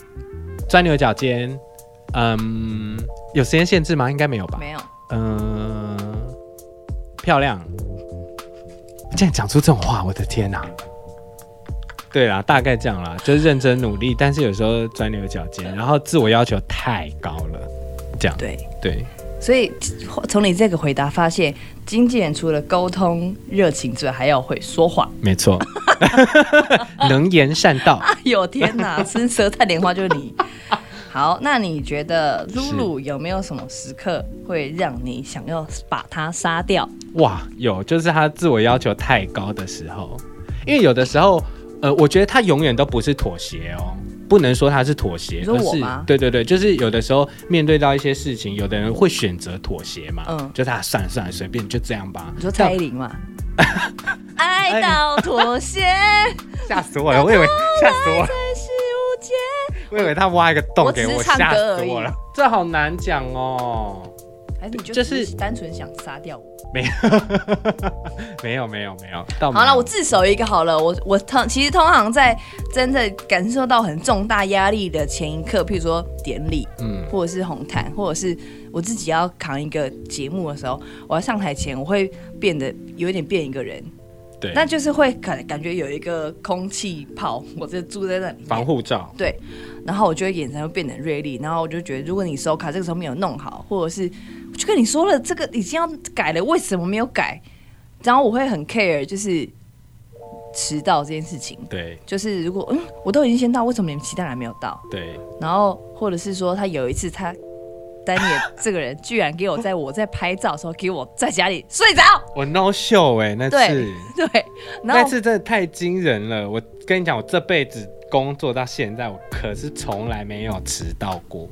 S2: 钻牛角尖。嗯，有时间限制吗？应该没有吧。
S1: 没有，
S2: 嗯、漂亮。竟然讲出这种话，我的天哪、对啦，大概这样啦，就是认真努力，但是有时候钻牛角尖，然后自我要求太高了，这样
S1: 对。
S2: 对
S1: 所以从你这个回答发现，经纪人除了沟通热情之外，还要会说谎。
S2: 没错， *laughs* 能言善道。
S1: *laughs* 哎呦天哪，伸舌探莲花就是你。好，那你觉得露露有没有什么时刻会让你想要把她杀掉？
S2: 哇，有，就是他自我要求太高的时候，因为有的时候，呃，我觉得他永远都不是妥协哦，不能说他是妥协
S1: 你，说
S2: 而
S1: 我
S2: 是
S1: 吗
S2: 对对对，就是有的时候面对到一些事情，有的人会选择妥协嘛，
S1: 嗯
S2: 就他算了算了，随便就这样吧。
S1: 你说蔡依林
S2: *laughs*
S1: 嘛？爱到妥协，
S2: 但吓死我
S1: *laughs*
S2: 了，我以为吓死我了，
S1: 但是无解。
S2: 我以为他挖一个洞
S1: 我
S2: 给
S1: 只是
S2: 我，
S1: 唱
S2: 吓
S1: 歌
S2: 死
S1: 而
S2: 我
S1: 已
S2: 了，这好难讲哦。
S1: 还是你就只
S2: 就
S1: 是
S2: 是
S1: 单纯想杀掉我？
S2: 没有没有哦没有，到
S1: 好了，我自首一个好了。我我通其实通常在真的感受到很重大压力的前一刻，譬如说典礼，
S2: 嗯
S1: 或者是红毯，或者是我自己要扛一个节目的时候，我要上台前，我会变得有一点变一个人，
S2: 对，
S1: 那就是会感感觉有一个空气泡，我就住在那里面
S2: 防护罩
S1: 对，然后我就会眼神会变得很锐利，然后我就觉得，如果你手卡这个时候没有弄好，或者是我就跟你说了，这个已经要改了，为什么没有改？然后我会很 care，就是迟到这件事情，
S2: 对
S1: 就是如果嗯我都已经先到，为什么你们其他人还没有到？
S2: 对，
S1: 然后或者是说他有一次他丹尼尔这个人居然给我在我在拍照的时候给我在家里睡着， *laughs*
S2: 我 no show 哎、那
S1: 对
S2: 次。
S1: 对，然
S2: 那
S1: *laughs* 后
S2: 次真的太惊人了！我跟你讲，我这辈子工作到现在，我可是从来没有迟到过。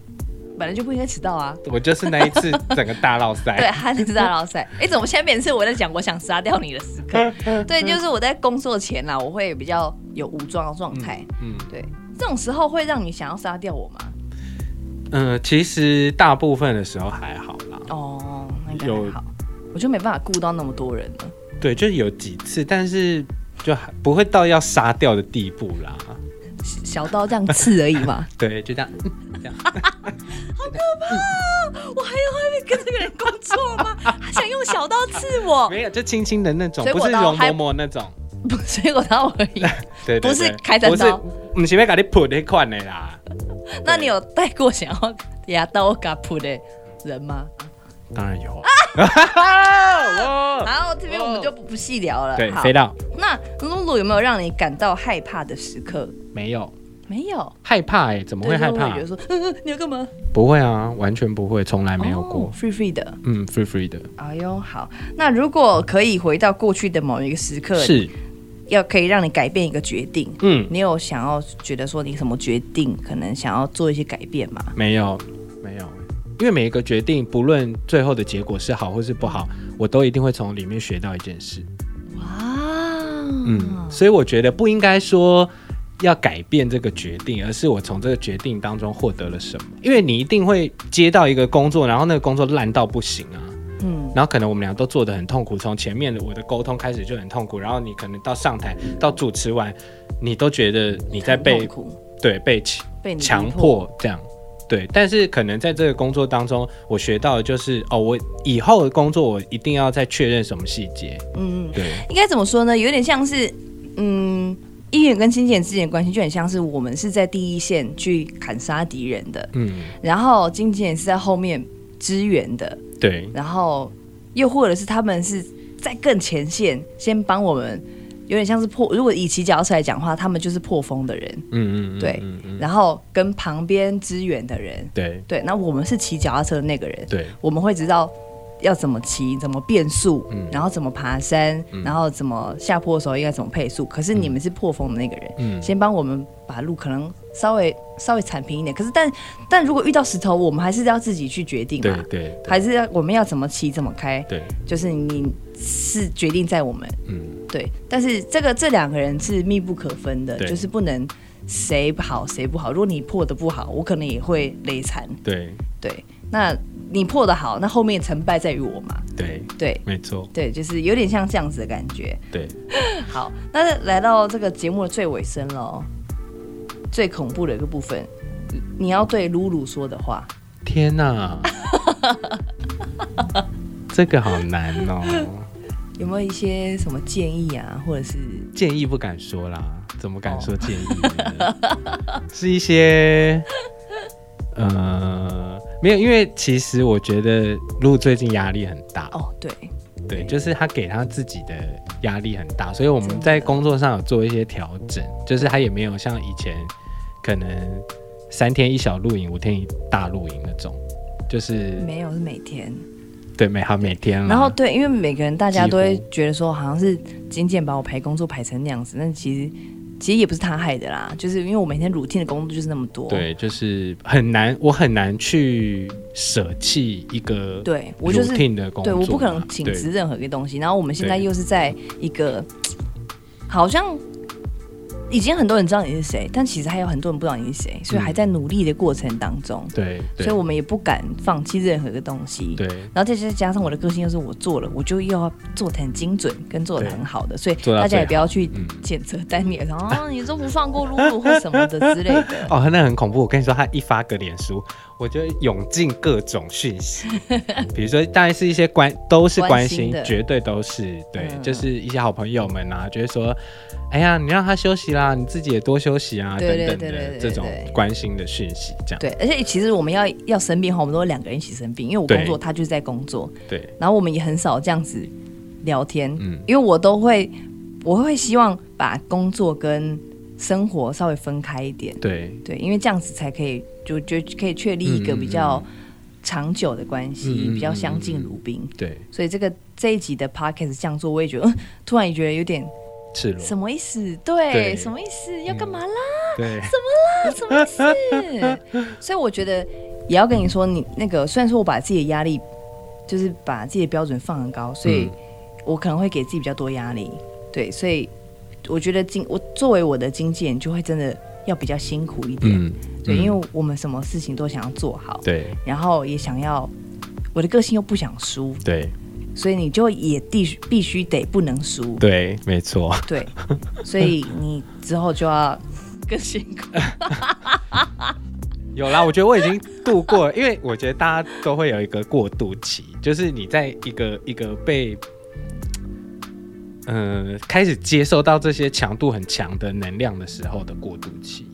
S1: 本来就不应该迟到
S2: *laughs*
S1: 啊。
S2: 我就是那一
S1: *laughs*
S2: 次整个大落
S1: 对，
S2: 塞，
S1: 他知道老塞。哎、怎么现在变成是我在讲我想杀掉你的时
S2: *laughs*
S1: 刻？ *laughs* 对，就是我在工作前啦，我会比较有武装的状态。
S2: 嗯
S1: 对，这种时候会让你想要杀掉我吗？
S2: 嗯、呃其实大部分的时候还好啦。
S1: 哦，那应该
S2: 有
S1: 还好，我就没办法顾到那么多人了。
S2: 对，就有几次，但是就还不会到要杀掉的地步啦。
S1: 小小刀这样刺而已嘛，
S2: 对，就这样，嗯这样。
S1: *laughs* 我还有会跟这个人工作吗？ *laughs* 他想用小刀刺我，
S2: 没有，就轻轻的那种，
S1: 水
S2: 不
S1: 果
S2: 是
S1: 刀
S2: 容
S1: 还
S2: 嬷嬷那种。
S1: *laughs* 不水果刀而 *laughs* 已。
S2: 对对
S1: 不是
S2: 对
S1: 开山
S2: 不是
S1: 刀，
S2: 不是要给你扑那款的啦。
S1: *laughs* 那你有带过想要牙刀嘎普的人 *laughs* 吗？
S2: 当然有
S1: *laughs*
S2: 啊。 *laughs* 哇
S1: 然后这边我们就不不细聊了。
S2: 对，
S1: 好
S2: 飞到
S1: 那露露有没有让你感到害怕的时刻？
S2: 没有。
S1: 没有，
S2: 害怕哎、怎么会害怕
S1: 对？就是会觉得说，嗯，嗯你要干嘛？
S2: 不会啊，完全不会，从来没有过。
S1: 哦 free free 的。
S2: 嗯，free free 的，
S1: 哎呦，好。那如果可以回到过去的某一个时刻，
S2: 是，
S1: 要可以让你改变一个决定，
S2: 嗯，
S1: 你有想要觉得说你什么决定可能想要做一些改变吗？
S2: 没有，没有，因为每一个决定，不论最后的结果是好或是不好，我都一定会从里面学到一件事。
S1: 哇，啊
S2: 嗯，所以我觉得不应该说要改变这个决定，而是我从这个决定当中获得了什么。因为你一定会接到一个工作，然后那个工作烂到不行啊，
S1: 嗯，
S2: 然后可能我们俩都做得很痛苦，从前面我的沟通开始就很痛苦，然后你可能到上台到主持完，你都觉得你在
S1: 很痛
S2: 被
S1: 苦
S2: 对被强
S1: 被你逼
S2: 强迫这样。对，但是可能在这个工作当中，我学到的就是哦，我以后的工作我一定要再确认什么细节。
S1: 嗯，
S2: 对，
S1: 应该怎么说呢？有点像是，嗯，艺人跟经纪人之间的关系就很像是我们是在第一线去砍杀敌人的，
S2: 嗯，
S1: 然后经纪人是在后面支援的，
S2: 对，
S1: 然后又或者是他们是在更前线，先帮我们，有点像是破。如果以骑脚车来讲话，他们就是破风的人，
S2: 嗯嗯嗯，
S1: 对
S2: 嗯嗯
S1: 然后跟旁边支援的人，
S2: 对
S1: 对，那我们是骑脚踏车的那个人，
S2: 对，
S1: 我们会知道要怎么骑，怎么变速，
S2: 嗯
S1: 然后怎么爬山，
S2: 嗯
S1: 然后怎么下坡的时候应该怎么配速。可是你们是破风的那个人，
S2: 嗯
S1: 先帮我们把路可能稍微稍微铲平一点。可是但但如果遇到石头，我们还是要自己去决定
S2: 对
S1: 嘛。
S2: 对
S1: 还是要我们要怎么骑怎么开，
S2: 对，
S1: 就是你是决定在我们
S2: 嗯
S1: 对，但是这个这两个人是密不可分的，
S2: 对
S1: 就是不能谁好谁不好。如果你破的不好，我可能也会累残。
S2: 对
S1: 对，那你破的好，那后面成败在于我嘛。
S2: 对，
S1: 对
S2: 没错，
S1: 对，就是有点像这样子的感觉。
S2: 对，
S1: 好，那来到这个节目的最尾声喽，最恐怖的一个部分，你要对露露说的话，*laughs*
S2: 天哪，这个好难哦，
S1: 有没有一些什么建议啊，或者是
S2: 建议不敢说啦，怎么
S1: 哦
S2: 敢说建议呢？是一些。呃，没有，因为其实我觉得露最近压力很大，
S1: 哦，对，
S2: 对，就是他给他自己的压力很大，所以我们在工作上有做一些调整，就是他也没有像以前可能三天一小露营，五天一大露营那种，就是
S1: 没有是每天。
S2: 对每好每天啦
S1: 然后对，因为每个人大家
S2: 嗯几乎
S1: 都会觉得说，好像是金建把我排工作排成那样子，但其实其实也不是他害的啦，就是因为我每天 routine 的工作就是那么多。
S2: 对，就是很难，我很难去舍弃一个
S1: 对我就是
S2: routine 的工
S1: 对，
S2: 作嘛，
S1: 我不可能请
S2: 对
S1: 辞任何一个东西。然后我们现在
S2: 对
S1: 又是在一个好像已经很多人知道你是谁，但其实还有很多人不知道你是谁，所以
S2: 嗯
S1: 还在努力的过程当中。
S2: 对，对
S1: 所以我们也不敢放弃任何一个东西。
S2: 对
S1: 然后再加上我的个性又是我做了，我就又要做的很精准，跟做的很好的，所以
S2: 做到
S1: 大家
S2: 最
S1: 也不要去
S2: 嗯
S1: 谴责丹尼尔，
S2: *laughs*
S1: 然后啊你都不放过露露或什么的之类的。
S2: 哦，那很恐怖！我跟你说，他一发个脸书，我就涌进各种
S1: *laughs*
S2: 讯息，比如说，当然是一些关，都是关心，
S1: 关心的
S2: 绝对都是对，
S1: 嗯
S2: 就是一些好朋友们啊，就会说，哎呀，你让他休息啦，你自己也多休息啊，
S1: 对对
S2: 等
S1: 对
S2: 等
S1: 对
S2: 的
S1: 对
S2: 这种
S1: 对
S2: 关心的讯息，这样
S1: 对，而且其实我们要要生病的话，我们都会两个人一起生病，因为我
S2: 对
S1: 工作，他就是在工作，
S2: 对，
S1: 然后我们也很少这样子聊天，
S2: 嗯，
S1: 因为我都会我会希望把工作跟生活稍微分开一点，
S2: 对，
S1: 对，因为这样子才可以就就可以确立一个
S2: 嗯嗯
S1: 比较长久的关系，
S2: 嗯嗯嗯
S1: 比较相敬如宾。
S2: 对，
S1: 所以这个这一集的 podcast 这样做，我也觉得、嗯 *laughs* 突然也觉得有点
S2: 赤裸，
S1: 什么意思？对，
S2: 对嗯
S1: 什么意思？要干嘛啦？
S2: 对，
S1: 啊 *laughs* 什么意思？ *laughs* 所以我觉得也要跟你说，你那个虽然说我把自己的压力，就是把自己的标准放很高，所以
S2: 嗯
S1: 我可能会给自己比较多压力。对，所以我觉得经我作为我的经纪人，就会真的要比较辛苦一点。
S2: 嗯，
S1: 对，
S2: 嗯
S1: 因为我们什么事情都想要做好，
S2: 对
S1: 然后也想要我的个性又不想输，
S2: 对
S1: 所以你就也必须必须得不能输，
S2: 对，没错，
S1: 对，所以你之后就要更辛
S2: *laughs*
S1: 苦，
S2: 有啦，我觉得我已经度过了，因为我觉得大家都会有一个过渡期，就是你在一个一个被，呃，开始接受到这些强度很强的能量的时候的过渡期。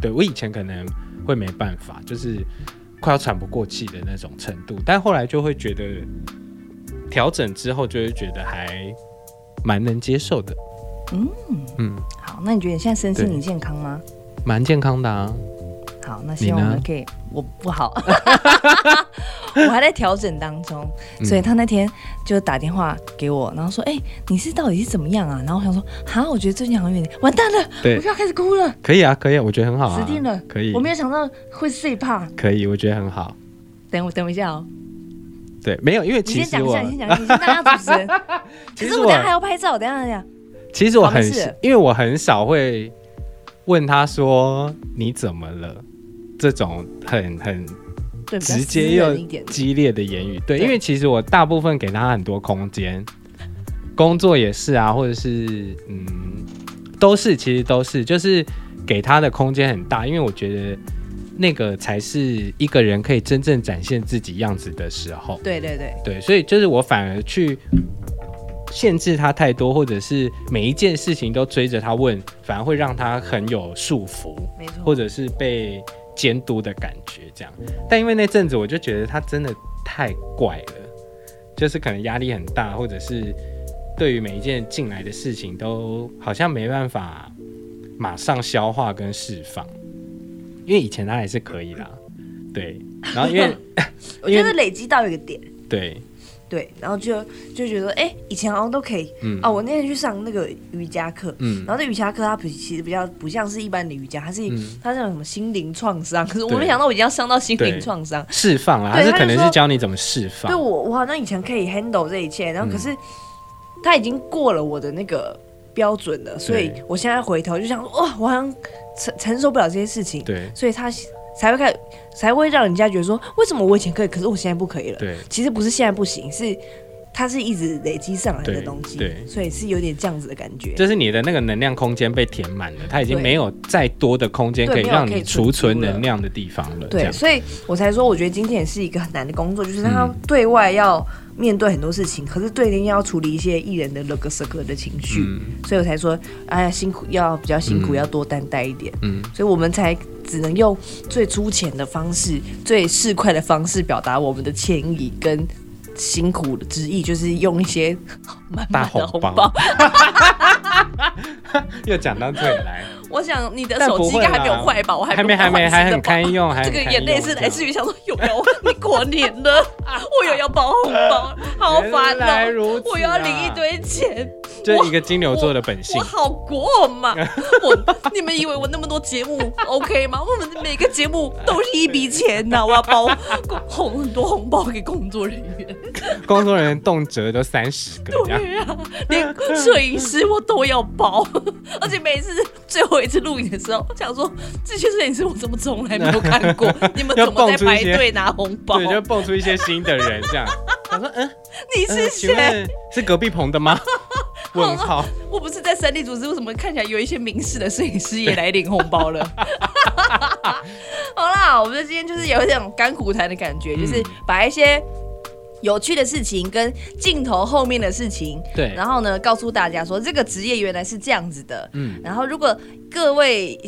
S2: 对我以前可能会没办法，就是快要喘不过气的那种程度，但后来就会觉得调整之后，就会觉得还蛮能接受的。
S1: 嗯
S2: 嗯，
S1: 好，那你觉得你现在身心
S2: 对
S1: 你健康吗？
S2: 蛮健康的啊。
S1: 好，那希望
S2: 你
S1: 我
S2: 呢
S1: 们可以，我不
S2: *laughs*
S1: 好，我还在调整当中，
S2: 嗯
S1: 所以他那天就打电话给我，然后说：“哎、你是到底是怎么样啊？”然后我想说：“哈，我觉得最近好像有点完蛋了，
S2: 对
S1: 我又要开始哭了，
S2: 可以啊，可以啊，我觉得很好啊。
S1: 死定了，
S2: 可以
S1: 我，没有想到会是这一趴。
S2: 可以，我觉得很好。
S1: 等我等我一下哦，
S2: 对，没有，因为
S1: 你
S2: 其
S1: 先
S2: 实
S1: 讲一
S2: 我
S1: 下，你先讲一下，你先当下主持
S2: *laughs*
S1: 人。可
S2: 其
S1: 是
S2: 实
S1: 我等一下还
S2: 我
S1: 要拍照，等一下等一下。
S2: 其实我
S1: 好没
S2: 很
S1: 事，
S2: 因为我很少会问他说你怎么了这种很很
S1: 对，比较
S2: 直接
S1: 私
S2: 又
S1: 人一点。
S2: 激烈的言语。
S1: 对
S2: 对，因为其实我大部分给他很多空间，工作也是啊，或者是嗯，都是其实都是，就是给他的空间很大，因为我觉得那个才是一个人可以真正展现自己样子的时候。
S1: 对对对，
S2: 对，所以就是我反而去限制他太多，或者是每一件事情都追着他问，反而会让他很有束缚，
S3: 没错，
S2: 或者是被监督的感觉这样。但因为那阵子我就觉得他真的太怪了，就是可能压力很大，或者是对于每一件进来的事情都好像没办法马上消化跟释放。因为以前他还是可以啦，对。然后因
S1: *laughs*
S2: 为
S1: 我觉得累积到一个点，
S2: 对，
S1: 对，然后就就觉得，哎、以前好像都可以。
S2: 嗯
S1: 哦，我那天去上那个瑜伽课，
S2: 嗯
S1: 然后那瑜伽课它比其实比较不像是一般的瑜伽，它是、
S2: 嗯
S1: 它是那种什么心灵创伤，可是我
S2: 对
S1: 没想到我已经要上到心
S2: 对
S1: 灵创伤。
S2: 释放啦，
S1: 对
S2: 他是
S1: 他
S2: 可
S1: 就
S2: 能
S1: 说
S2: 是教你怎么释放
S1: 对。我，我好像以前可以 handle 这一切，
S2: 嗯
S1: 然后可是他已经过了我的那个标准了，所以我现在回头就想说，哇，我好像承承受不了这些事情，
S2: 对
S1: 所以他才会开始，才会让人家觉得说，为什么我以前可以，可是我现在不可以了？
S2: 对
S1: 其实不是现在不行，是它是一直累积上来的
S2: 对
S1: 东西，
S2: 对
S1: 所以是有点这样子的感觉。
S2: 就是你的那个能量空间被填满了，它已经
S1: 对
S2: 没有再多的空间
S1: 对
S2: 可以
S1: 没有
S2: 让
S1: 可以
S2: 你
S1: 存
S2: 储存
S1: 储了
S2: 能量的地方了。这
S1: 对，
S2: 样
S1: 所以我才说，我觉得今天也是一个很难的工作，就是他
S2: 嗯
S1: 对外要面对很多事情，可是对内要处理一些艺人的 look s 的情绪，
S2: 嗯
S1: 所以我才说，哎呀，辛苦要比较辛苦，
S2: 嗯
S1: 要多担待一点。
S2: 嗯，
S1: 所以我们才只能用最粗浅的方式、最市侩的方式表达我们的歉意跟辛苦的之意，就是用一些满
S2: 大
S1: 满
S2: 红
S1: 的红
S2: 包
S1: 包。
S2: 又讲到这里来，
S1: 我想你的
S2: 但
S1: 手
S2: 不
S1: 机应
S2: 会
S3: 应
S1: 该
S3: 啦
S1: 还没有坏吧？我
S2: 还
S1: 没
S2: 没还没
S1: 有换新
S2: 还
S1: 的
S2: 很
S1: 吧
S2: 堪用，还
S1: 这
S2: 很
S1: 个
S2: 堪
S1: 眼泪
S2: 用
S1: 是来自
S2: 这样
S1: 于想说，有没有你过年
S2: *laughs*
S1: 了，我有要包红包，好烦
S2: 原来
S1: 哦、
S2: 如此啊
S1: 我要领一堆钱，
S2: 就是一个金牛座的本性
S1: 我。好过
S2: *laughs*
S1: 嘛？我你们以为我那么多节目 OK 吗？我们每个节目都是一笔钱呐、我 *laughs* 要包红很多红包给工作人员，
S2: 工作人员动辄都三十个这样，
S1: 对
S2: *laughs*
S1: 啊，连摄影师我都要包，而且每次最后一次录影的时候，我想说这些摄影师我怎么从来没有看
S2: *laughs*
S1: 过？你们
S2: 要
S1: 怎么
S2: 蹦
S1: 在
S2: 出一
S1: 排
S2: 些
S1: 队拿红包？
S2: 对，就蹦出一些新的人
S1: *laughs*
S2: 这样。我说，嗯，
S1: 你
S2: 嗯
S1: 是
S2: 请
S1: 谁？
S2: 问是隔壁棚的
S1: *laughs*
S2: 吗？问号，
S1: 我不是在三 D 组织，为什么看起来有一些明示的摄影师也来领红包了？ *laughs* 好啦，我们今天就是有一种干苦谈的感觉，就是把一些有趣的事情跟镜头后面的事情，
S2: 对
S1: 然后呢，告诉大家说这个职业原来是这样子的。
S2: 嗯，
S1: 然后如果各位。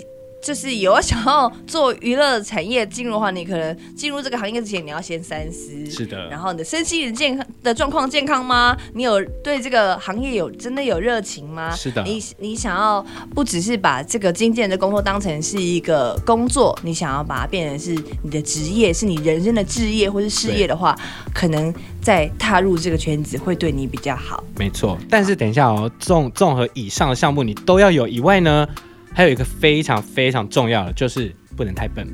S1: 就是有想要做娱乐产业进入的话，你可能进入这个行业之前，你要先三思。
S2: 是的
S1: 然后你的身心灵健康的状况健康吗？你有对这个行业有真的有热情吗？
S2: 是的
S1: 你你想要不只是把这个经纪人的工作当成是一个工作，你想要把它变成是你的职业，是你人生的置业或是事业的话，可能在踏入这个圈子会对你比较好。
S2: 没错。但是等一下哦，综综合以上的项目你都要有以外呢，还有一个非常非常重要的就是不能太笨。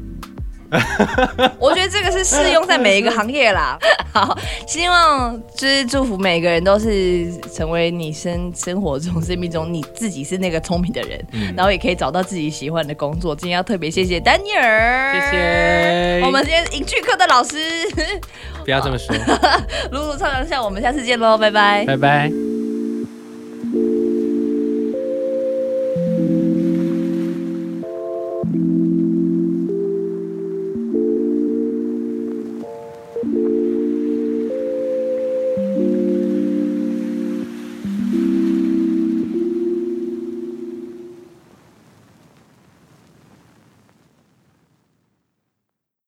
S1: 我觉得这个是适用在每一个行业
S2: *laughs*
S1: 啦。好，希望就是祝福每个人都是成为你生生活中、生命中你自己是那个聪明的人，
S2: 嗯
S1: 然后也可以找到自己喜欢的工作。今天要特别谢谢丹尼尔，
S2: 谢谢
S1: 我们今天影剧课的老师， *laughs*
S2: 不要这么说，
S1: 鲁鲁唱唱笑，我们下次见喽，拜拜。
S2: 拜拜。